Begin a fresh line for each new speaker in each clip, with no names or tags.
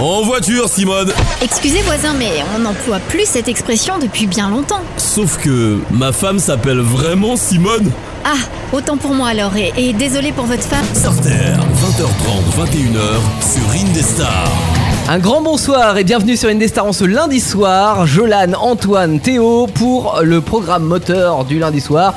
En voiture, Simone
Excusez voisin, mais on n'emploie plus cette expression depuis bien longtemps.
Sauf que ma femme s'appelle vraiment Simone
Ah, autant pour moi alors, et, et désolé pour votre femme.
Starter, 20h30, 21h, sur Indestar.
Un grand bonsoir et bienvenue sur Indestar en ce lundi soir. Jolan, Antoine, Théo pour le programme moteur du lundi soir.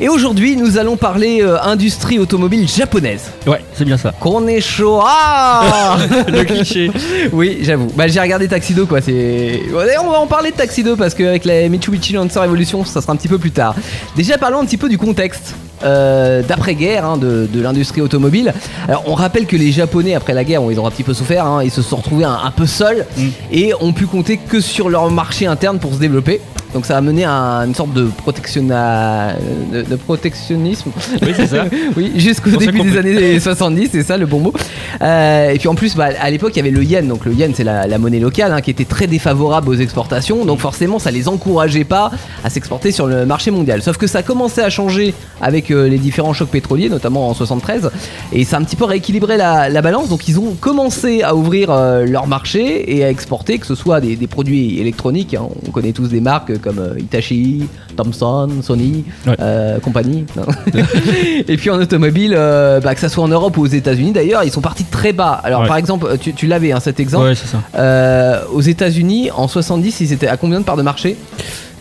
Et aujourd'hui, nous allons parler euh, industrie automobile japonaise.
Ouais, c'est bien ça.
Qu'on est chaud. Ah
Le cliché.
Oui, j'avoue. Bah, j'ai regardé Taxido, quoi. C'est. Ouais, d'ailleurs, on va en parler de Taxido parce qu'avec la Mitsubishi Lancer Evolution, ça sera un petit peu plus tard. Déjà, parlons un petit peu du contexte. euh, d'après-guerre hein, de, de l'industrie automobile. Alors on rappelle que les Japonais après la guerre, bon, ils ont un petit peu souffert, hein, ils se sont retrouvés un, un peu seuls
Mm.
et ont pu compter que sur leur marché interne pour se développer. Donc ça a mené à une sorte de, protectionna... de, de protectionnisme.
Oui, c'est ça.
Oui, jusqu'au
Pour ça
début
qu'on
des
peut-
années 70, c'est ça le bon mot. Euh, et puis en plus, bah, à l'époque, il y avait le yen, donc le yen, c'est la, la monnaie locale, hein, qui était très défavorable aux exportations, donc forcément, ça les encourageait pas à s'exporter sur le marché mondial. Sauf que ça commençait à changer avec euh, les différents chocs pétroliers, notamment en 73, et ça a un petit peu rééquilibré la, la balance, donc ils ont commencé à ouvrir euh, leur marché et à exporter, que ce soit des, des produits électroniques, hein. on connaît tous des marques comme euh, Hitachi, Thomson, Sony,
Ouais.
euh, compagnie. Non. et puis en automobile, euh, bah, que ça soit en Europe ou aux États-Unis d'ailleurs, ils sont partis de très bas. Alors
Ouais.
par exemple, tu, tu l'avais hein, cet exemple.
Ouais, c'est ça.
Euh, aux États-Unis, en 70, ils étaient à combien de parts de marché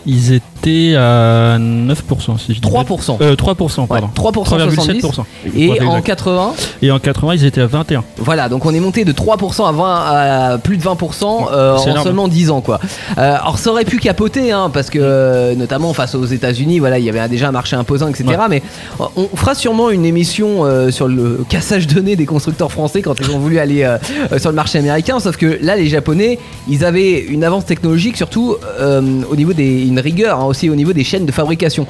Ils étaient à 9% si je dis pas-
3%.
Euh, 3%,
Ouais,
pardon.
3% 70.
3,7%.
Et
Ouais,
en
exact.
80,
Et en 80, ils étaient à 21.
voilà, donc on est monté de 3% à, 20, à plus de 20% euh,
Ouais,
en
c'est énorme.
seulement 10 ans quoi. Euh, alors ça aurait pu capoter hein, parce que euh, notamment face aux États-Unis, voilà, il y avait un- déjà un marché imposant, etc.
Ouais.
Mais euh, on fera sûrement une émission euh, sur le cassage de nez des constructeurs français quand ils ont voulu aller euh, euh, sur le marché américain. Sauf que là, les Japonais, ils avaient une avance technologique, surtout euh, au niveau des, une rigueur hein, aussi au niveau des chaînes de fabrication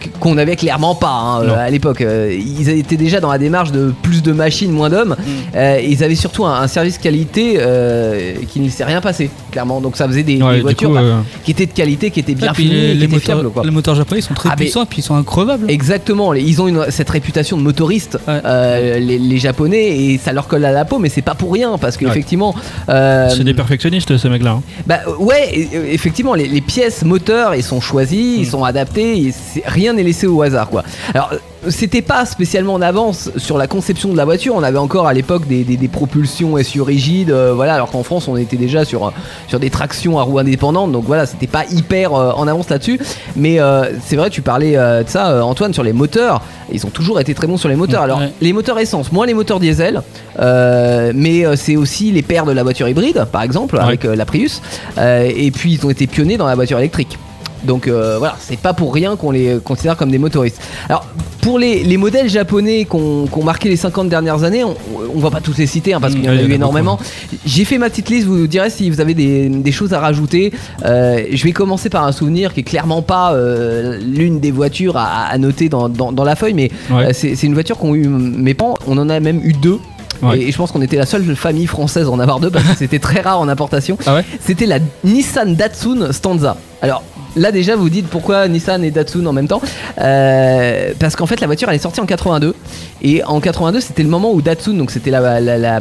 qu- qu'on n'avait clairement pas hein,
Non.
euh, à l'époque. Euh, Ils étaient déjà dans la démarche de plus de machines, moins d'hommes. Euh, ils avaient surtout un, un service qualité euh, qui ne s'est rien passé, clairement. Donc ça faisait des, des
Ouais, du
voitures
coup,
bah,
euh,
qui étaient de qualité, qui étaient bien
Ah, puis
finies,
les,
qui
les
étaient
moteurs,
fiables. Quoi.
les moteurs japonais ils sont très
Ah, mais-
puissants et puis ils sont increvables.
Exactement, les- ils ont une- cette réputation de motoristes,
Ouais.
euh, les, les japonais, et ça leur colle à la peau, mais c'est pas pour rien, parce
Ouais.
qu'effectivement. euh,
C'est des perfectionnistes, ces mecs-là. hein.
bah ouais, et- et- effectivement, les, les pièces moteurs, ils sont choisis, ils sont adaptés, et c'est- rien n'est laissé au hasard quoi. Alors euh, c'était pas spécialement en avance sur la conception de la voiture, on avait encore à l'époque des, des- des propulsions SU rigides, euh, voilà, alors qu'en France on était déjà sur, euh, sur des tractions à roues indépendantes, donc voilà, c'était pas hyper euh, en avance là-dessus. Mais euh, c'est vrai, tu parlais euh, de ça, euh, Antoine, sur les moteurs, ils ont toujours été très bons sur les moteurs. Alors
Ouais.
les moteurs essence, moins les moteurs diesel, euh, mais euh, c'est aussi les paires de la voiture hybride, par exemple,
Ouais.
avec euh, la Prius. Euh, et puis ils ont été pionniers dans la voiture électrique. Donc euh, voilà, c'est pas pour rien qu'on les considère comme des motoristes. Alors pour les, les modèles japonais qu'on qu'on marqué les 50 dernières années, on, on va pas tous les citer hein, parce qu'il y en
Ouais,
a
Mm, il y en
eu
a
énormément. J'ai fait ma petite liste, vous direz si vous avez des, des choses à rajouter. Euh, je vais commencer par un souvenir qui est clairement pas euh, l'une des voitures à, à noter dans, dans- dans la feuille, mais
Ouais.
euh, c'est c'est une voiture qu'ont eu mes parents. On en a même eu deux.
Ouais.
Et, et je pense qu'on était la seule famille française à en avoir deux parce que c'était très rare en importation.
Ah ouais
C'était la Nissan Datsun Stanza. Alors là déjà vous dites pourquoi Nissan et Datsun en même temps Euh, Parce qu'en fait la voiture elle est sortie en 82 et en 82 c'était le moment où Datsun donc c'était la, la, la-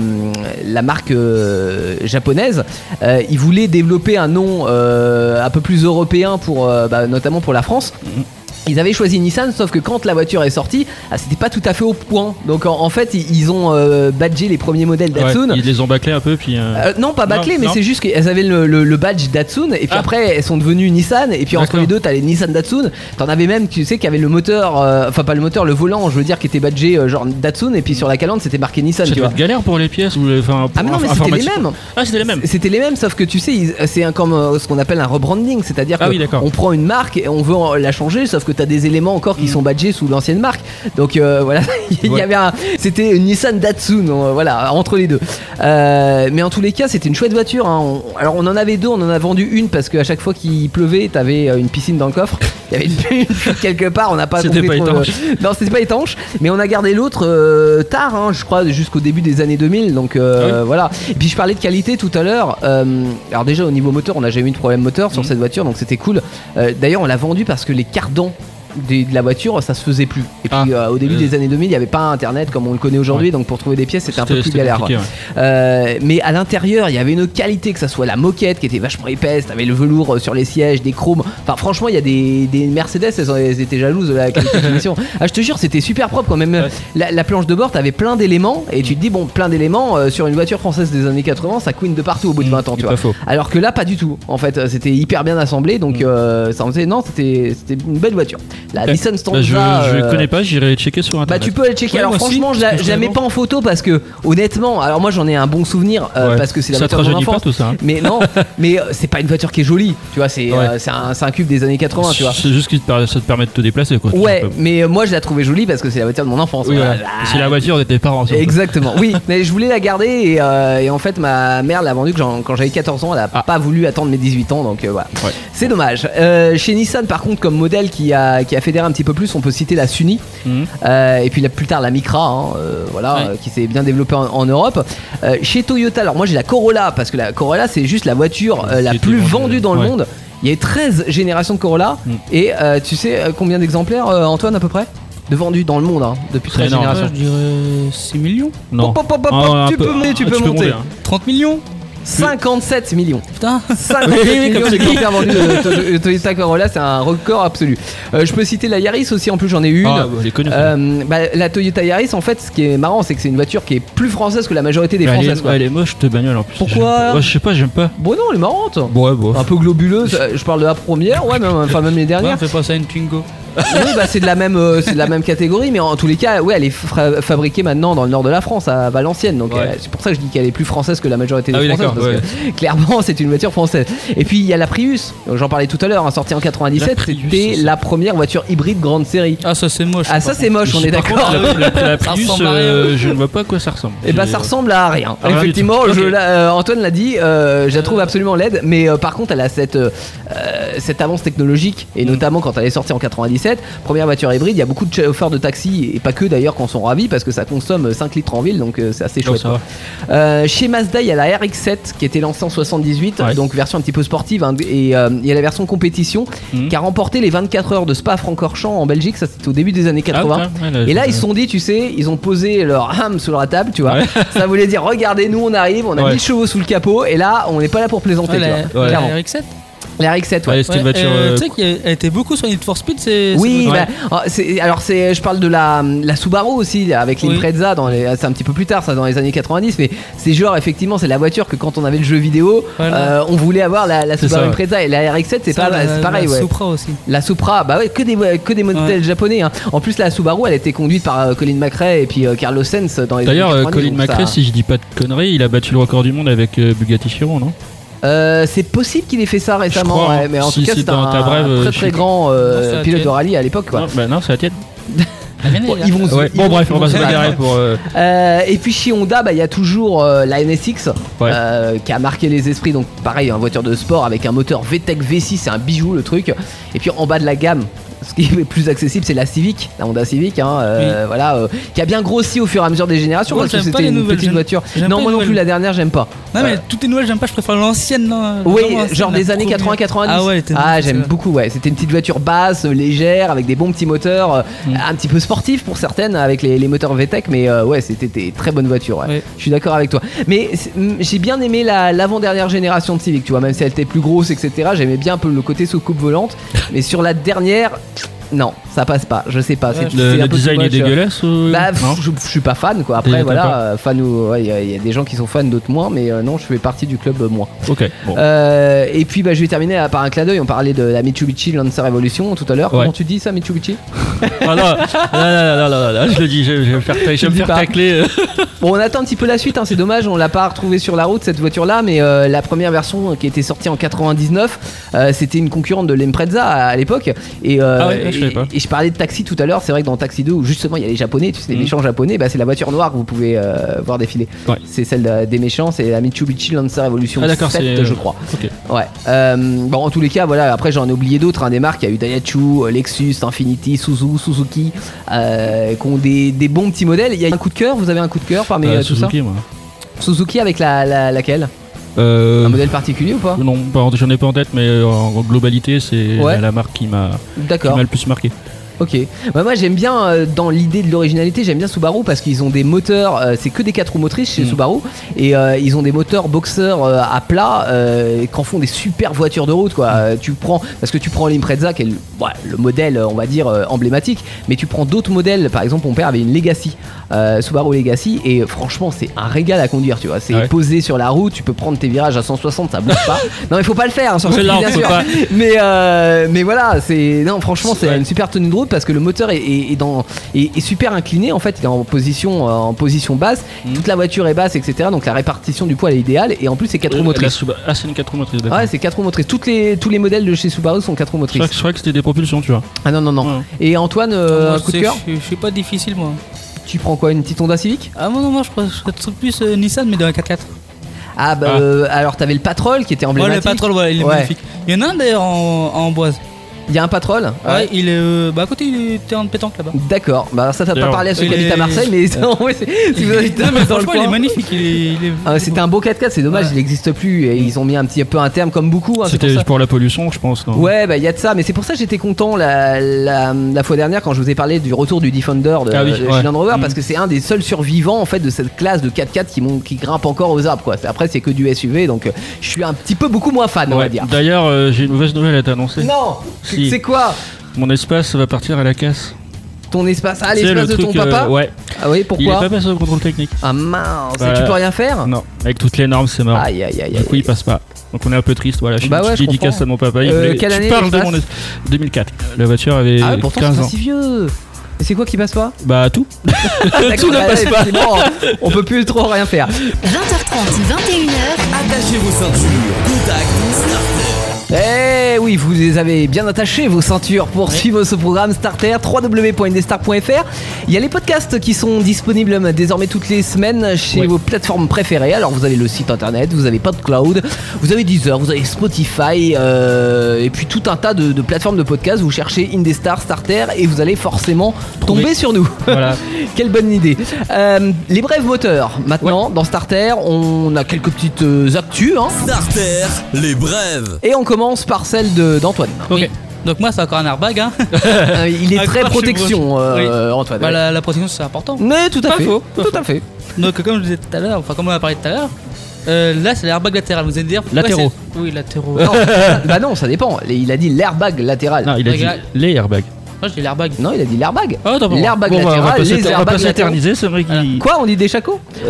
la marque euh, japonaise euh, ils voulaient développer un nom euh, un peu plus européen pour euh, bah, notamment pour la France ils avaient choisi Nissan, sauf que quand la voiture est sortie, ah, c'était pas tout à fait au point. Donc en, en fait, ils, ils ont euh, badgé les premiers modèles Datsun.
Ouais, ils les ont bâclés un peu, puis. euh,
Euh, non, pas
Non,
bâclé, mais
non.
c'est juste qu'elles avaient le, le- le badge Datsun, et puis
Ah.
après elles sont devenues Nissan, et puis entre
D'accord.
les deux, t'as les Nissan Datsun. T'en avais même, tu sais, qui avait le moteur, euh, enfin pas le moteur, le volant, je veux dire, qui était badgé euh, genre Datsun, et puis sur la calandre, c'était marqué Nissan,
ça
tu
doit
vois.
être galère pour les pièces ou les, enfin,
Ah, mais non,
pour
mais
inf-
c'était les
informatique.
mêmes.
Ah, c'était les mêmes.
C'était les mêmes, sauf que tu sais, ils- c'est un, comme euh, ce qu'on appelle un rebranding, c'est-à-dire
Ah
que
oui, d'accord.
on prend une marque et on veut en- la changer, sauf que t'as des éléments encore qui sont badgés sous l'ancienne marque. Donc euh, voilà, il y
Mm. Ouais.
avait un. C'était une Nissan Datsun, euh, voilà, entre les deux. Euh, mais en tous les cas, c'était une chouette voiture. hein. On- alors on en avait deux, on en a vendu une parce qu'à chaque fois qu'il pleuvait, t'avais euh, une piscine dans le coffre. Il y avait une piscine quelque part, on n'a pas
C'était
compris
pas
trop, euh,
étanche.
Non, c'était pas étanche, mais on a gardé l'autre euh, tard, hein, je crois, jusqu'au début des années 2000. Donc euh,
Ah
voilà. Et puis je parlais de qualité tout à l'heure. euh, alors
Mhm.
déjà au niveau moteur, on n'a jamais eu de problème moteur sur cette voiture, donc c'était cool. Euh, D'ailleurs, on l'a vendu parce que les cardans des- de la voiture, ça se faisait plus. Et puis euh, au début
Euh.
des années 2000, il n'y avait pas internet comme on le connaît aujourd'hui, donc pour trouver des pièces, c'était un peu plus
c'était
galère.
compliqué, ouais.
Euh, mais à l'intérieur, il y avait une qualité, que ça soit la moquette qui était vachement épaisse, t'avais le velours euh, sur les sièges, des chromes. Enfin, franchement, il y a des, des Mercedes, elles, ont- elles étaient jalouses de la qualité de finition. Ah, je te jure, c'était super propre quand même. euh,
Ouais.
La, la planche de bord, t'avais plein d'éléments, et tu te dis, bon, plein d'éléments euh, sur une voiture française des années 80, ça queen de partout au bout de 20 ans,
Mmh,
tu
C'est pas
vois.
faux. Mmh.
Alors que là, pas du tout. En fait, euh, c'était hyper bien assemblé, donc euh, ça en faisait. Non, c'était c'était une belle voiture. La
Ouais.
Nissan
Bah,
Stanza.
je,
euh,
je connais pas, j'irai checker sur
bah
internet.
tu peux aller checker.
Ouais,
alors
moi aussi,
franchement, je la,
parce que
je la mets
finalement-
pas en photo parce que honnêtement, alors moi j'en ai un bon souvenir euh,
Ouais.
parce que c'est la
Ça te
voiture de mon
rajeunit pas
enfance.
tout ça. hein.
Mais non, mais euh, c'est pas une voiture qui est jolie, tu vois. C'est
Ouais.
euh, c'est un, c'est un cube des années 80, tu vois.
C'est juste que ça te permet- ça te permet de te déplacer quoi.
Ouais,
Tu peux-
mais euh, moi je la trouvais jolie parce que c'est la voiture de mon enfance.
Oui,
Voilà.
voilà. C'est la voiture de tes parents. surtout.
Exactement, oui, mais je voulais la garder et, euh, et en fait ma mère l'a vendue que j'en- quand j'avais 14 ans, elle a
Ah.
pas voulu attendre mes 18 ans donc euh, voilà.
Ouais.
C'est dommage. Euh, chez Nissan par contre comme modèle qui a, qui a fédéré un petit peu plus, on peut citer la Sunny
Mhm.
euh, et puis là, plus tard la Micra hein, euh, voilà,
Ouais.
euh, qui s'est bien développée en, en Europe. Euh, chez Toyota, alors moi j'ai la Corolla parce que la Corolla c'est juste la voiture euh, la
Qui était
plus
vendue,
vendue dans le
ouais.
monde. Il y a eu 13 générations de Corolla
Mhm.
et euh, tu sais euh, combien d'exemplaires euh, Antoine à peu près de vendus dans le monde hein, depuis
C'est
13
énorme.
générations
je dirais 6 millions
Non.
Pop, pop, pop, pop,
Ah, ouais, un
tu,
peu-
peux monter, tu
ah,
peux monter.
hein.
30 millions
57 millions.
Putain
57
Oui, oui,
millions
comme tu dis.
d'exemplaires vendus de to- de Toyota Corolla, c'est un record absolu. Euh, je peux citer la Yaris aussi, en plus j'en ai une.
Ah, bah, je l'ai connue, celle-là.
Euh, bah, la Toyota Yaris, en fait, ce qui est marrant, c'est que c'est une voiture qui est plus française que la majorité des
elle,
Françaises.
est,
quoi.
elle est moche, cette bagnole en plus.
Pourquoi
J'aime pas. Ouais, Je sais pas, j'aime pas.
Bon, non, elle est marrante.
Bon, ouais, bon.
Un peu globuleuse, euh, je parle de la première, ouais, même, enfin même les
Ouais,
dernières.
on fait pas ça à une Twingo.
Oui, bah, c'est de la même, euh, c'est de la même catégorie, mais en tous les cas, ouais, elle est fra- fabriquée maintenant dans le nord de la France, à Valenciennes. Donc
Ouais.
euh, c'est pour ça que je dis qu'elle est plus française que la majorité des
Ah oui,
Françaises,
d'accord,
parce que clairement, c'est une voiture française. Et puis il y a la Prius. Donc, J'en parlais tout à l'heure, hein, sortie en 97,
La Prius,
c'était
c'est ça.
la première voiture hybride grande série.
Ah, ça c'est moche.
Ah ça c'est moche, on est
Par
d'accord.
contre, La, la- la
Ça
Prius,
ressemble à rien.
euh, je ne vois pas à quoi ça ressemble.
Et bah
J'ai-
ça ressemble à rien.
Ah, rien du
Effectivement,
tout.
je
Ok.
la- euh, Antoine l'a dit, euh, je la trouve absolument laide, mais euh, par contre elle a cette, euh, euh, cette avance technologique, et
Mm.
notamment quand elle est sortie en 97, première voiture hybride, il y a beaucoup de chauffeurs de taxi, et pas que d'ailleurs quand sont ravis, parce que ça consomme 5 litres en ville, donc euh, c'est assez
Oh,
chouette.
ça va.
Euh, chez Mazda, il y a la RX7 qui était lancée en 78,
Ouais.
donc version un petit peu sportive, hein, et euh, il y a la version compétition
Mhm.
qui a remporté les 24 heures de Spa-Francorchamps en Belgique, ça c'était au début des années 80.
Ah, putain, ouais,
Et là,
je-
ils se sont dit, tu sais, ils ont posé leur ham sur la table, tu vois.
Ouais.
Ça voulait dire, regardez, nous, on arrive, on a
Ouais.
1000 chevaux sous le capot, et là, on n'est pas là pour plaisanter,
Ouais,
tu
la,
vois.
ouais.
Clairement.
la RX7
La RX7, ouais.
Ouais, c'était une
Ouais,
voiture.
euh,
euh,
Tu sais qu'elle était beaucoup sur Need for Speed, c'est.
Oui,
c'est-
bah, ah, c'est- alors c'est, je parle de la, la Subaru aussi là, avec
Oui.
l'Impreza, dans les, c'est un petit peu plus tard, ça dans les années 90, mais c'est genre effectivement c'est la voiture que quand on avait le jeu vidéo,
Voilà.
euh, on voulait avoir la, la
C'est
Subaru
ça, ouais.
Impreza et la RX7 c'est,
Ça,
pas,
la-
c'est pareil,
la
ouais.
Supra aussi.
La Supra, bah ouais, que des, que des modèles japonais. hein. En plus la Subaru elle était conduite par euh, Colin McRae et puis euh, Carlos Sainz dans les
D'ailleurs,
années
euh,
90,
Colin
donc ça-
McRae, si je dis pas de conneries, il a battu le record du monde avec euh, Bugatti Chiron, non
Euh, c'est possible qu'il ait fait ça récemment,
crois, hein.
ouais, mais en
Si
tout cas,
c'est
c'est
dans
un
ta brève,
très
je
très
sais
grand euh,
Non, c'est la
pilote de
tienne.
rallye à l'époque. Quoi.
Non, bah non, c'est la tienne.
Bon,
Ils vont se-
Ouais.
ils
Bon,
vont-
bref,
ils
on
vont
va se
battre.
bagarrer pour. euh,
Euh, et puis chez Honda, bah, il y a toujours euh, la NSX
Ouais.
euh, qui a marqué les esprits. Donc pareil, une voiture de sport avec un moteur VTEC V6, c'est un bijou le truc. Et puis en bas de la gamme, ce qui est plus accessible, c'est la Civic, la Honda Civic, hein, euh, voilà, euh, qui a bien grossi au fur et à mesure des générations
Ouais,
parce que
j'aime pas
c'était
les
une
nouvelles,
petite
j'aime-
voiture.
j'aime
Non,
pas
moi
les
non plus, la
nouvelles.
dernière, j'aime pas.
Non,
Euh,
mais toutes les nouvelles, j'aime pas, je préfère l'ancienne. non,
Oui,
vraiment l'ancienne,
genre
la
des années
première.
80-90.
Ah ouais, elle était
Ah,
moche,
j'aime
celle-là.
beaucoup, ouais. C'était une petite voiture basse, euh, légère, avec des bons petits moteurs, euh,
Mm.
un petit peu sportif pour certaines, avec les, les moteurs VTEC, mais euh, ouais, c'était des très bonnes voitures. ouais.
Ouais.
Je suis d'accord avec toi. Mais c'est- mm, j'ai bien aimé la- l'avant-dernière génération de Civic, tu vois, même si elle était plus grosse, etc. J'aimais bien un peu le côté sous coupe volante, mais sur la dernière, non, ça passe pas. Je sais pas. c'est-
Le,
c'est un
le
peu too
design est
much, euh.
dégueulasse ou...
Bah,
non
pff, je, je suis pas fan quoi.
T'es-
Après,
t'es
voilà,
pas
euh, fan ou. ouais, Il y, a- il y a des gens qui sont fans, d'autres moins, mais euh, non, je fais partie du club euh, moins.
Ok, bon.
Euh, et puis bah, je vais terminer par un clin d'œil. On parlait de la Mitsubishi Lancer Evolution tout à l'heure.
Ouais.
Comment tu dis ça, Mitsubishi
Ah, non, non, non, non, non, non, non, je le dis, je, je vais me faire, ta- je vais me
Dis
faire
pas.
tacler. euh.
Bon, on attend un petit peu la suite. hein, c'est dommage, on l'a pas retrouvée sur la route cette voiture-là. Mais euh, la première version euh, qui était sortie en 99, euh, c'était une concurrente de l'Impreza à, à l'époque. Et, euh,
Ah ouais, je savais
et,
pas.
et je parlais de taxi tout à l'heure. C'est vrai que dans Taxi 2, où justement il y a les Japonais, tu sais, les
Mhm.
méchants japonais, bah, c'est la voiture noire que vous pouvez euh, voir défiler.
Ouais.
C'est celle de- des méchants, c'est la Mitsubishi Lancer Evolution
Ah, d'accord,
7,
c'est-
je crois.
Ok.
Ouais. Euh, bon, en tous les cas, voilà. Après, j'en ai oublié d'autres. hein, des marques, il y a eu Daihatsu, euh, Lexus, Infinity, Suzu, Suzuki, euh, qui ont des, des bons petits modèles. Il y a un coup de cœur. Vous avez un coup de cœur parmi
Euh,
euh, tout ça
Suzuki, moi.
Suzuki avec la, la- laquelle
Euh,
Un modèle particulier ou pas
Non, pas- j'en ai pas en tête, mais euh, en globalité, c'est
Ouais.
la marque qui m'a qui
D'accord.
m'a le plus marqué.
Ok. Bah, moi j'aime bien euh, dans l'idée de l'originalité, j'aime bien Subaru parce qu'ils ont des moteurs, euh, c'est que des quatre roues motrices chez
Mm.
Subaru et euh, ils ont des moteurs boxeurs euh, à plat euh, qu'en font des super voitures de route
Mm.
quoi. Euh, tu prends parce que tu prends l'Impreza qui est le, ouais, le modèle on va dire euh, emblématique, mais tu prends d'autres modèles. Par exemple, mon père avait une Legacy, euh, Subaru Legacy et franchement c'est un régal à conduire. Tu vois, c'est
Ouais.
posé sur la route, tu peux prendre tes virages à 160, ça bouge pas. Non, il faut pas le faire. hein, sur
Celle-là, on
bien
peut
sûr.
pas.
Mais euh, mais voilà, c'est non franchement c'est
Ouais.
une super tenue de route parce que le moteur est, est- est dans est, est super incliné en fait, il est en position euh, en position basse,
Mhm.
toute la voiture est basse etc. Donc la répartition du poids elle est idéale et en plus c'est 4 roues
Euh, la
motrices.
Suba- Ah, c'est une 4 roues motrices, d'accord.
Ouais, c'est 4 roues motrices. Toutes les, tous les modèles de chez Subaru sont 4 roues
je, crois
motrices.
que, je crois que c'était des propulsions, tu vois.
Ah non, non, non.
Ouais.
Et Antoine, euh,
Ah, Moi,
un coup de
c'est-
cœur
je, je suis pas difficile moi.
Tu prends quoi Une petite Honda Civic
Ah moi non, moi je crois que je serais plus euh, Nissan mais dans un 4x4.
Ah bah
Ah.
euh, alors t'avais le Patrol qui était
Ouais, le
emblématique.
patrol, voilà, il est
Ouais.
magnifique. Il y en a un d'ailleurs en, en boise.
Il y a un Patrol
Ouais, il est. euh, bah à côté, il était en pétanque là-bas.
D'accord, bah alors, ça t'a pas
D'ailleurs,
parlé à ceux qui
il
habitent à
est-
Marseille, mais ouais, c'est- si vous habitez
Non, mais
dans le
franchement, il est
coin-
magnifique. Il est. il est-
Ah, c'était un beau 4x4, c'est dommage,
Ouais.
il n'existe plus et ils ont mis un petit peu un terme comme beaucoup. hein, c'est pour
C'était
ça.
pour, la pollution, je pense. non
Ouais, bah il y a de ça, mais c'est pour ça que j'étais content la, la, la fois dernière quand je vous ai parlé du retour du Defender de,
Ah oui,
de
ouais.
chez Land Rover
Mm.
parce que c'est un des seuls survivants en fait de cette classe de 4x4 qui, monte- qui grimpe encore aux arbres quoi. C'est- Après c'est que du SUV donc euh, je suis un petit peu beaucoup moins fan on va
Ouais.
dire.
D'ailleurs, euh, j'ai une mauvaise nouvelle à t'annoncer.
Non,
Si.
c'est quoi
Mon espace va partir à la casse.
ton espace Ah
C'est
l'espace de ton
euh,
papa
Ouais.
Ah oui
Il est
pourquoi
pas passé au contrôle technique.
Ah mince, et
Bah,
tu peux rien faire
Non. Avec toutes les normes, c'est mort.
Aïe aïe aïe.
Du coup,
aïe.
il passe pas. Donc on est un peu triste. Voilà, je suis
Bah
une
ouais,
petite
je
dédicace
comprends.
à mon papa. Il
Euh,
voulait-
quelle année
tu parles de
l'espace
mon es- 2004. La voiture avait
Ah ouais, pourtant c'est
15
pas
ans.
si vieux. Et c'est quoi qui passe pas
Bah tout.
D'accord,
ne
bah,
passe pas.
effectivement, On peut plus trop rien faire.
20h30, 21h,
Attachez vos ceintures. Contact Starter.
Eh oui, vous les avez bien attachés vos ceintures pour suivre ce programme Starter www.ndstar.fr. Il y a les podcasts qui sont disponibles désormais toutes les semaines chez
Ouais.
vos plateformes préférées. Alors vous avez le site internet, vous avez PodCloud, vous avez Deezer, vous avez Spotify euh, et puis tout un tas de, de plateformes de podcasts. Vous cherchez Indestar Starter et vous allez forcément
Trouver.
tomber sur nous.
Voilà.
Quelle bonne idée. Euh, les brèves moteurs. Maintenant, dans Starter, on a quelques petites euh, actus hein.
Starter, les brèves.
et on commence par celle de- d'Antoine.
Oui. Donc moi, c'est encore un airbag. Hein.
Euh, il est
Ah,
très
accroche,
protection,
je-
euh, Antoine.
Bah, la, la protection, c'est important.
ouais. Mais tout à
Pas
fait.
faux, pas
tout à fait.
Donc comme je disais tout à l'heure, enfin comme on a parlé tout à l'heure, euh, là c'est l'airbag latéral. Vous allez me dire pourquoi
Latéraux.
c'est- Oui, latéraux.
Non, bah non, ça dépend. Il a dit l'airbag latéral.
Non, il a dit
Regarde.
les airbags.
Moi, j'ai l'airbag.
Non, il a dit l'airbag.
Ah, d'accord.
L'airbag
Bon, bah, on va
latéral,
pas
les
s'éter- on va
airbags
pas s'éterniser, c'est vrai qu'il.
Quoi, on dit des chacos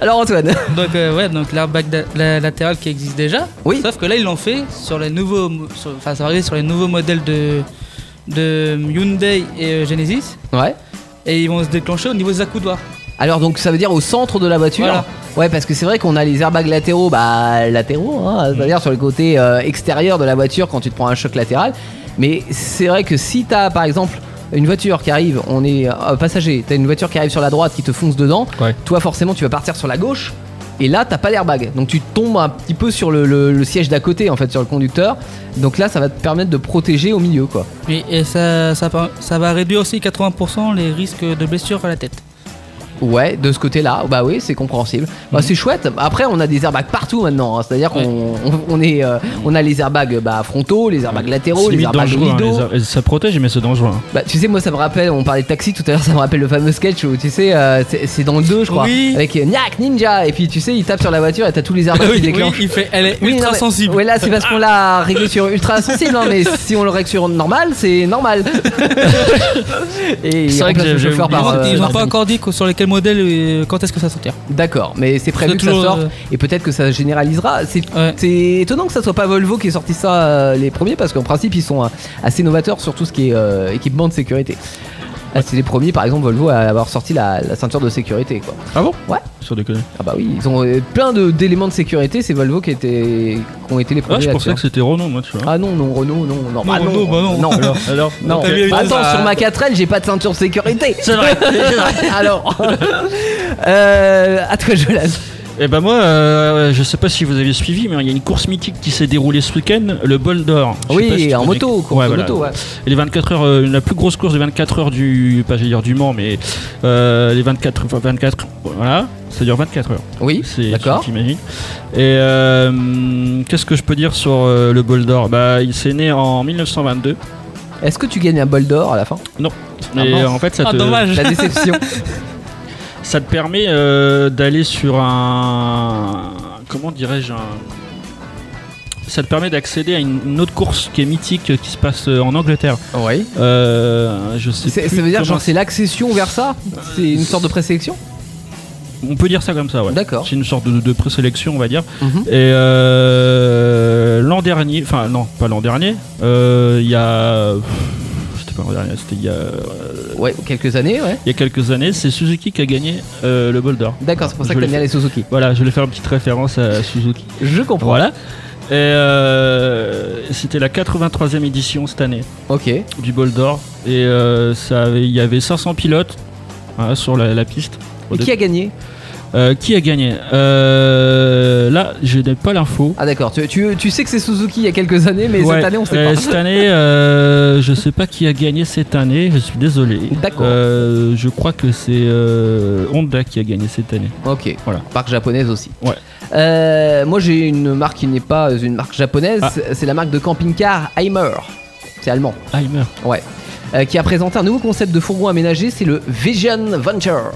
Alors Antoine,
Donc euh, ouais, donc l'airbag da- la- latéral qui existe déjà.
Oui.
Sauf que là ils l'ont fait sur les nouveaux, mo- sur- enfin ça va arriver sur les nouveaux modèles de de Hyundai et euh, Genesis.
ouais.
Et ils vont se déclencher au niveau des accoudoirs.
Alors donc ça veut dire au centre de la voiture.
Voilà.
Ouais, parce que c'est vrai qu'on a les airbags latéraux, bah latéraux, hein, c'est-à-dire sur le côté euh, extérieur de la voiture quand tu te prends un choc latéral. Mais c'est vrai que si t'as par exemple une voiture qui arrive, on est euh, passager, t'as une voiture qui arrive sur la droite qui te fonce dedans,
Ouais.
toi forcément tu vas partir sur la gauche. Et là, t'as pas l'airbag, donc tu tombes un petit peu sur le, le- le siège d'à côté, en fait, sur le conducteur. Donc là, ça va te permettre de protéger au milieu, quoi.
Oui, et ça, ça, va- ça va réduire aussi 80% les risques de blessures à la tête.
Ouais, de ce côté-là, bah oui, c'est compréhensible.
Mhm.
Bah, c'est chouette. Après, on a des airbags partout maintenant. hein. C'est-à-dire qu'on on, on est, euh, on a les airbags bah, frontaux, les airbags latéraux,
C'est
les
limite
airbags
dangereux. hein,
rideaux.
les air- Ça protège, mais c'est dangereux. hein.
Bah, tu sais, moi, ça me rappelle. On parlait de taxi tout à l'heure. Ça me rappelle le fameux sketch où tu sais, euh, c'est c'est dans le 2 je crois,
Oui.
avec euh, Nyak Ninja. Et puis tu sais, il tape sur la voiture et t'as tous les airbags qui déclenchent.
il fait, elle est
Oui,
ultra
non, mais-
sensible.
Ouais, là, c'est parce qu'on l'a
Ah.
réglé sur ultra sensible, hein, mais si on le règle sur normal, c'est normal. Et il
C'est vrai que
remplace le
j'ai- j'ai
chauffeur
Ils
par.
ont-
euh,
ils n'ont
par
pas encore dit que- sur lesquels modèles et quand est-ce que ça sortira.
D'accord, mais c'est prévu
C'est
que ça
toujours,
sorte
euh,
et peut-être que ça généralisera. C'est
Ouais.
c'est étonnant que ça soit pas Volvo qui ait sorti ça euh, les premiers parce qu'en principe ils sont euh, assez novateurs sur tout ce qui est euh, équipement de sécurité. Ah, c'est les premiers par exemple Volvo à avoir sorti la, la ceinture de sécurité quoi.
Ah bon
Ouais.
Sur déconner.
Ah bah oui, ils ont euh, plein de- d'éléments de sécurité, c'est Volvo qui, était, qui ont été les
Ah,
premiers
je
là-dessus,
pensais que c'était Renault, moi, tu
hein.
vois.
Ah non, non, Renault, non, non, bah
Renault, bah non.
non,
Alors, alors
non.
T'as vu,
Bah attends,
ça-
sur ma 4L, j'ai pas de ceinture de sécurité.
C'est vrai.
Alors, euh, à toi, Jolan.
Et ben moi, euh, je sais pas si vous avez suivi, mais il y a une course mythique qui s'est déroulée ce week-end, le Bol d'Or. Je sais
Oui,
pas si tu
en
connais.
moto, course
Ouais,
de
voilà.
moto, ouais.
Et les 24 heures, euh, la plus grosse course de 24 heures du, pas j'allais dire du Mans, mais euh, les 24, enfin, 24, voilà, ça dure 24 heures.
Oui,
C'est-
d'accord.
J'imagine. Et euh, qu'est-ce que je peux dire sur euh, le Bol d'Or Bah, il s'est né en 1922.
Est-ce que tu gagnes un bol d'or à la fin Ah,
Et
mince.
en fait, ça
Ah,
te,
dommage.
La déception.
ça te permet euh, d'aller sur un, comment dirais-je un ça te permet d'accéder à une une autre course qui est mythique euh, qui se passe euh, en Angleterre.
oui.
Euh, je sais
Ça
plus
veut dire
comment-
genre c'est l'accession vers ça C'est une sorte de présélection
on peut dire ça comme ça, ouais.
D'accord.
C'est une sorte de, de présélection, on va dire.
Mhm.
Et euh, l'an dernier, enfin non, pas l'an dernier, euh, il y a. pff, C'était pas l'an dernier, c'était il y, a,
Ouais, quelques années, ouais.
il y a quelques Euh, années, c'est Suzuki qui a gagné euh, le Boulder.
D'accord, c'est pour ça que
Je
t'aimes bien
l'ai
les Suzuki.
Voilà, je vais faire une petite référence à Suzuki.
Je comprends.
Voilà. Et euh, c'était la 83e édition cette année
Ok.
du Bol d'Or. Et euh, ça avait- il y avait 500 pilotes voilà, sur la, la piste. Au
Et qui a gagné
Euh, qui a gagné Euh, Là, je n'ai pas l'info.
Ah d'accord, tu, tu, tu sais que c'est Suzuki il y a quelques années, Ah, mais
Ouais.
cette année on sait
Euh,
pas.
Cette année, euh, je sais pas qui a gagné cette année. Je suis désolé.
D'accord.
Euh, je crois que c'est euh, Honda qui a gagné cette année.
Ok,
Voilà.
marque japonaise aussi.
Ouais.
Euh, moi j'ai une marque qui n'est pas une marque japonaise,
Ah.
c'est la marque de camping-car Heimer. C'est allemand,
Heimer.
ouais. Euh, qui a présenté un nouveau concept de fourgon aménagé, c'est le Vision Venture.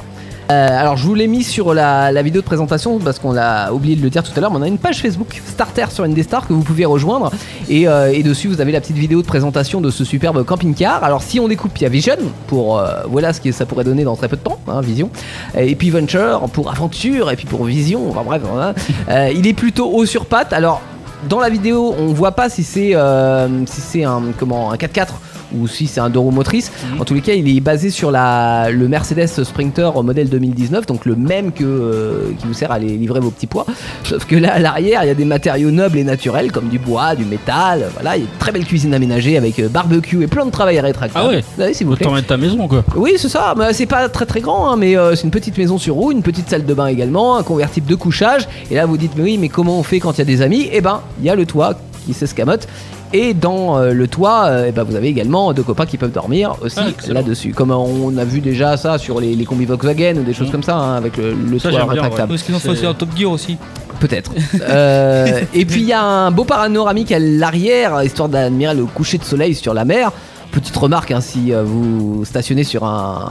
Euh, alors je vous l'ai mis sur la, la vidéo de présentation parce qu'on l'a oublié de le dire tout à l'heure, mais on a une page Facebook Starter sur Indestar que vous pouvez rejoindre et, euh, et dessus vous avez la petite vidéo de présentation de ce superbe camping-car. Alors si on découpe, il y a Vision pour euh, voilà ce que ça pourrait donner dans très peu de temps, hein, Vision, et puis Venture pour aventure et puis pour Vision. Enfin bref, hein. Euh, il est plutôt haut sur pattes. Alors dans la vidéo on voit pas si c'est euh, si c'est un comment un 4x4 ou si c'est un deux roues motrices.
Mhm.
En tous les cas, il est basé sur la, le Mercedes Sprinter modèle 2019, donc le même que, euh, qui vous sert à aller livrer vos petits pois. Sauf que là, à l'arrière, il y a des matériaux nobles et naturels comme du bois, du métal. Voilà, il y a une très belle cuisine aménagée avec euh, barbecue et plein de travail rétractable.
Ah ouais
Allez, s'il vous plaît.
Autant mettre ta maison, quoi.
Oui, c'est ça. Mais c'est pas très très grand, hein, mais euh, c'est une petite maison sur roue, une petite salle de bain également, un convertible de couchage. Et là, vous dites, mais oui, mais comment on fait quand il y a des amis Eh ben, il y a le toit qui s'escamote. Et dans euh, le toit, euh, eh ben, vous avez également deux copains qui peuvent dormir aussi
Ah, excellent.
là-dessus. Comme euh, on a vu déjà ça sur les, les combis Volkswagen ou des choses
Mhm.
comme ça, hein, avec le, le
Ça,
toit
j'aime bien,
rétractable.
Ou est-ce qu'ils ont fait aussi
C'est-
un Top Gear aussi
Peut-être. Euh, et puis il y a un beau panoramique à l'arrière, histoire d'admirer le coucher de soleil sur la mer. Petite remarque, hein, si euh, vous stationnez sur un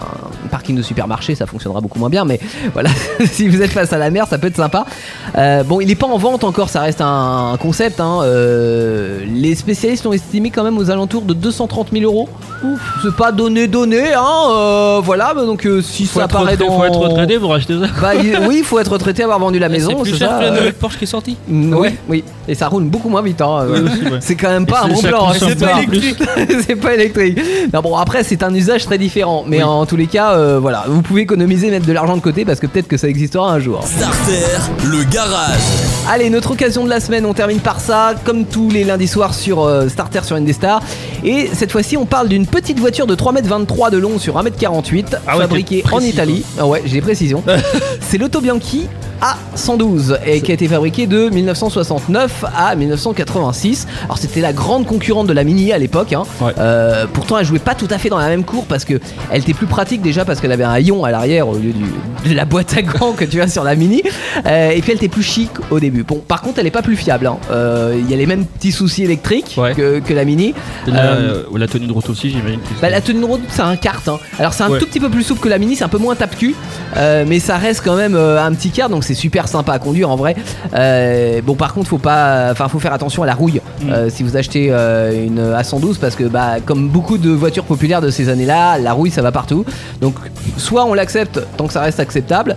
parking de supermarché, ça fonctionnera beaucoup moins bien, mais voilà, si vous êtes face à la mer, ça peut être sympa. Euh, bon, il n'est pas en vente encore, ça reste un concept. hein, euh, les spécialistes l'ont estimé quand même aux alentours de 230 000 euros. Ouf, c'est pas donné, donné, hein, euh, voilà, mais donc euh, si
Faut
ça
être
apparaît
retraité-
dans.
faut être retraité pour acheter ça.
Bah, il- oui, il faut être retraité, avoir vendu la
C'est
maison,
plus
c'est
cher
ça,
que la
euh,
nouvelle Porsche qui est sortie.
Mm, oui, oui. Et ça roule beaucoup moins vite. hein.
Ouais, aussi, ouais.
C'est quand même
Et
pas un
c'est-
bon
ça
plan. hein,
consomme
cette histoire.
pas en plus.
c'est pas électrique. Non, bon, après, c'est un usage très différent. Mais en tous les cas, euh, voilà, vous pouvez économiser, mettre de l'argent de côté parce que peut-être que ça existera un jour.
Starter, le garage.
Allez, notre occasion de la semaine, on termine par ça, comme tous les lundis soirs sur euh, Starter sur Indestar. Et cette fois-ci, on parle d'une petite voiture de 3m23 de long sur 1m48,
Ah ouais,
fabriquée
t'es précis,
en Italie. Ah ouais, j'ai des précisions. C'est l'Auto Bianchi A112 et qui a été fabriquée de 1969 à 1986. Alors c'était la grande concurrente de la Mini à l'époque. hein.
Ouais.
Euh, pourtant, elle jouait pas tout à fait dans la même cour parce que elle était plus pratique déjà parce qu'elle avait un haillon à l'arrière au lieu du- de la boîte à gants que tu as sur la Mini. Euh, et puis elle était plus chic au début. Bon, par contre, elle est pas plus fiable. hein. Euh, Il y a les mêmes petits soucis électriques
Ouais.
que, que la Mini.
La,
Euh,
la tenue de route aussi, j'imagine. que
Bah, la
c'est-
tenue de route, c'est un kart. hein. Alors, c'est un
Ouais.
tout petit peu plus souple que la mini, c'est un peu moins tape-cul, euh, mais ça reste quand même euh, un petit kart, donc c'est super sympa à conduire en vrai. Euh, bon, par contre, faut pas, enfin, faut faire attention à la rouille
Mm.
euh, si vous achetez euh, une A112 parce que, bah, comme beaucoup de voitures populaires de ces années-là, la rouille ça va partout. Donc, soit on l'accepte tant que ça reste acceptable,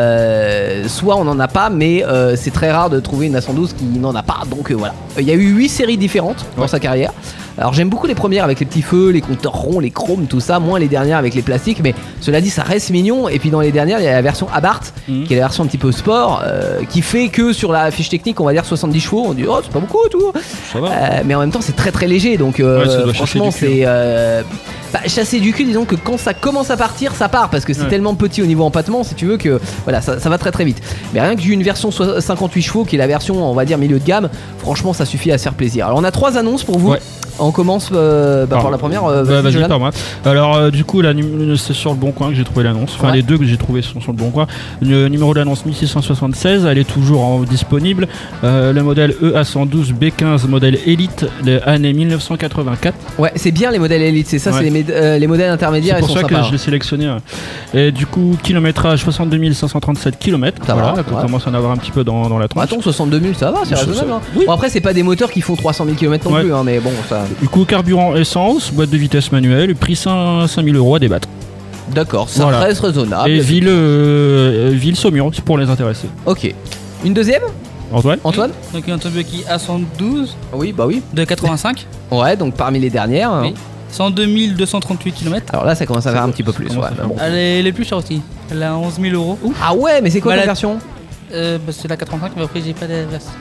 euh, soit on n'en a pas, mais euh, c'est très rare de trouver une A112 qui n'en a pas. Donc euh, voilà, il y a eu 8 séries différentes dans
Ouais.
sa carrière. Alors j'aime beaucoup les premières avec les petits feux, les compteurs ronds, les chromes, tout ça, moins les dernières avec les plastiques, mais cela dit ça reste mignon. Et puis dans les dernières, il y a la version Abarth,
Mhm.
qui est la version un petit peu sport, euh, qui fait que sur la fiche technique, on va dire 70 chevaux, on dit oh c'est pas beaucoup et tout.
Ça va.
bah, Euh, mais en même temps c'est très très léger, donc euh,
Ouais, ça doit chercher
franchement
du cul, hein.
c'est... euh, bah, Bah, chasser du cul, disons que quand ça commence à partir, ça part parce que c'est
Ouais.
tellement petit au niveau empattement, si tu veux, que voilà, ça, ça va très très vite. Mais rien que j'ai une version so- 58 chevaux qui est la version, on va dire, milieu de gamme, franchement, ça suffit à se faire plaisir. Alors, on a trois annonces pour vous.
Ouais.
On commence euh, bah,
Pardon.
par la première. euh,
Ouais,
vas-y,
vas-y,
Jolan.
par moi. Alors, euh, du coup, la num- c'est sur le bon coin que j'ai trouvé l'annonce. Enfin,
Ouais.
les deux que j'ai trouvé sont sur le bon coin. Le numéro de l'annonce 1676, elle est toujours en, disponible. Euh, le modèle EA112B15, modèle Elite, de année 1984.
ouais, c'est bien les modèles élites, c'est ça,
Ouais.
c'est les, méd- euh, les modèles intermédiaires,
C'est
ils
pour
sont
ça que
sympas.
je l'ai sélectionné. ouais. Et du coup, kilométrage 62 537 km.
Ça
voilà,
va,
qu'on
ouais.
commence à en avoir un petit peu dans, dans la
Bah,
tronche.
attends, 62 000, ça va, c'est
Ça-
raisonnable. hein.
oui.
Bon, après, c'est pas des moteurs qui font 300 000 km non
Ouais.
plus, hein, mais bon, ça.
Du coup, carburant essence, boîte de vitesse manuelle, prix 5 5000 euros à débattre.
D'accord, ça
Voilà.
reste raisonnable.
Et ville, euh, euh, ville Saumur, c'est pour les intéressés.
Ok. Une deuxième,
Antoine
Antoine
Donc une Tobuki A112
Oui, bah oui.
de 85,
Ouais, donc parmi les dernières. hein.
Oui. 102 238 km.
Alors là, ça commence à faire un petit peu plus.
commence
ouais,
à faire
mais bon.
Elle est les plus chères aussi. Elle a 11 000 euros.
Ah ouais, mais c'est quoi
Bah,
la
la-
version
Euh, bah, c'est la 85, mais après j'ai pas la version,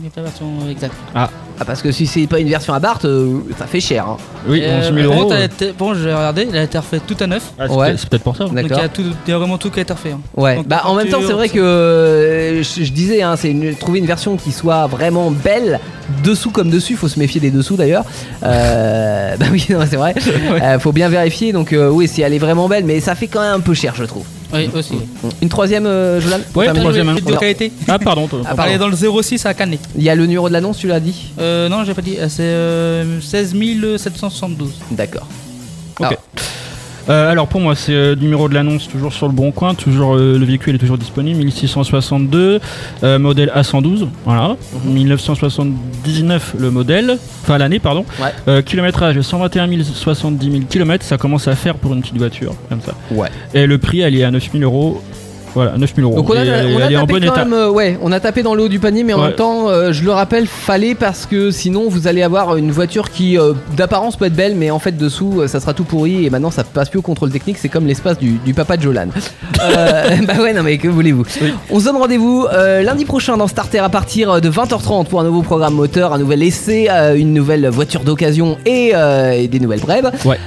j'ai pas la version euh, exacte.
Ah, parce que si c'est pas une version à Barthes, euh, ça fait cher. hein.
Oui,
Euh,
11 000
par
euros.
contre, elle a été- Bon, j'ai regardé, elle a été refaite tout à neuf.
Ah, c'est
Ouais.
peut-être- c'est peut-être pour ça.
Donc il y
D'accord.
a, tout, il y a vraiment tout qui a été refait. hein.
Ouais.
Donc,
Bah en même temps,
tu-
c'est vrai que euh, je, je disais, hein, c'est une- trouver une version qui soit vraiment belle, dessous comme dessus. Faut se méfier des dessous d'ailleurs. Euh, bah oui, non, c'est vrai. Euh, faut bien vérifier. Donc euh, oui, si elle est vraiment belle, mais ça fait quand même un peu cher, je trouve.
Oui, aussi.
Une troisième, euh, Jolan
Ouais,
Termine.
troisième, hein.
Une de qualité.
Ah, pardon. toi.
Elle est dans le 06 à Canet.
Il y a le numéro de l'annonce, tu l'as dit.
Euh, non, j'ai pas dit. euh, C'est euh, 16 772.
D'accord.
Ok. Euh, alors pour moi, c'est euh, numéro de l'annonce toujours sur le bon coin, toujours euh, le véhicule est toujours disponible, 1662, euh, modèle A112, voilà,
Mhm.
1979 le modèle, enfin l'année pardon,
Ouais.
Euh, kilométrage 121 070 000 km, ça commence à faire pour une petite voiture comme ça.
Ouais.
Et le prix, elle est à 9000 euros, voilà, 9000 euros.
Donc on a,
Et elle,
on a
elle est en
tapé
bon
quand
état.
même, euh, ouais, on a tapé dans le haut du panier, mais en
Ouais.
même temps, euh, je le rappelle, fallait parce que sinon vous allez avoir une voiture qui euh, d'apparence peut être belle, mais en fait dessous euh, ça sera tout pourri et maintenant ça passe plus au contrôle technique. C'est comme l'espace du, du papa de Jolan. Euh, bah ouais, non mais que voulez-vous On se donne rendez-vous euh, lundi prochain dans Starter à partir euh, de 20h30 pour un nouveau programme moteur, un nouvel essai, euh, une nouvelle voiture d'occasion et, euh, et des nouvelles brèves.
Ouais.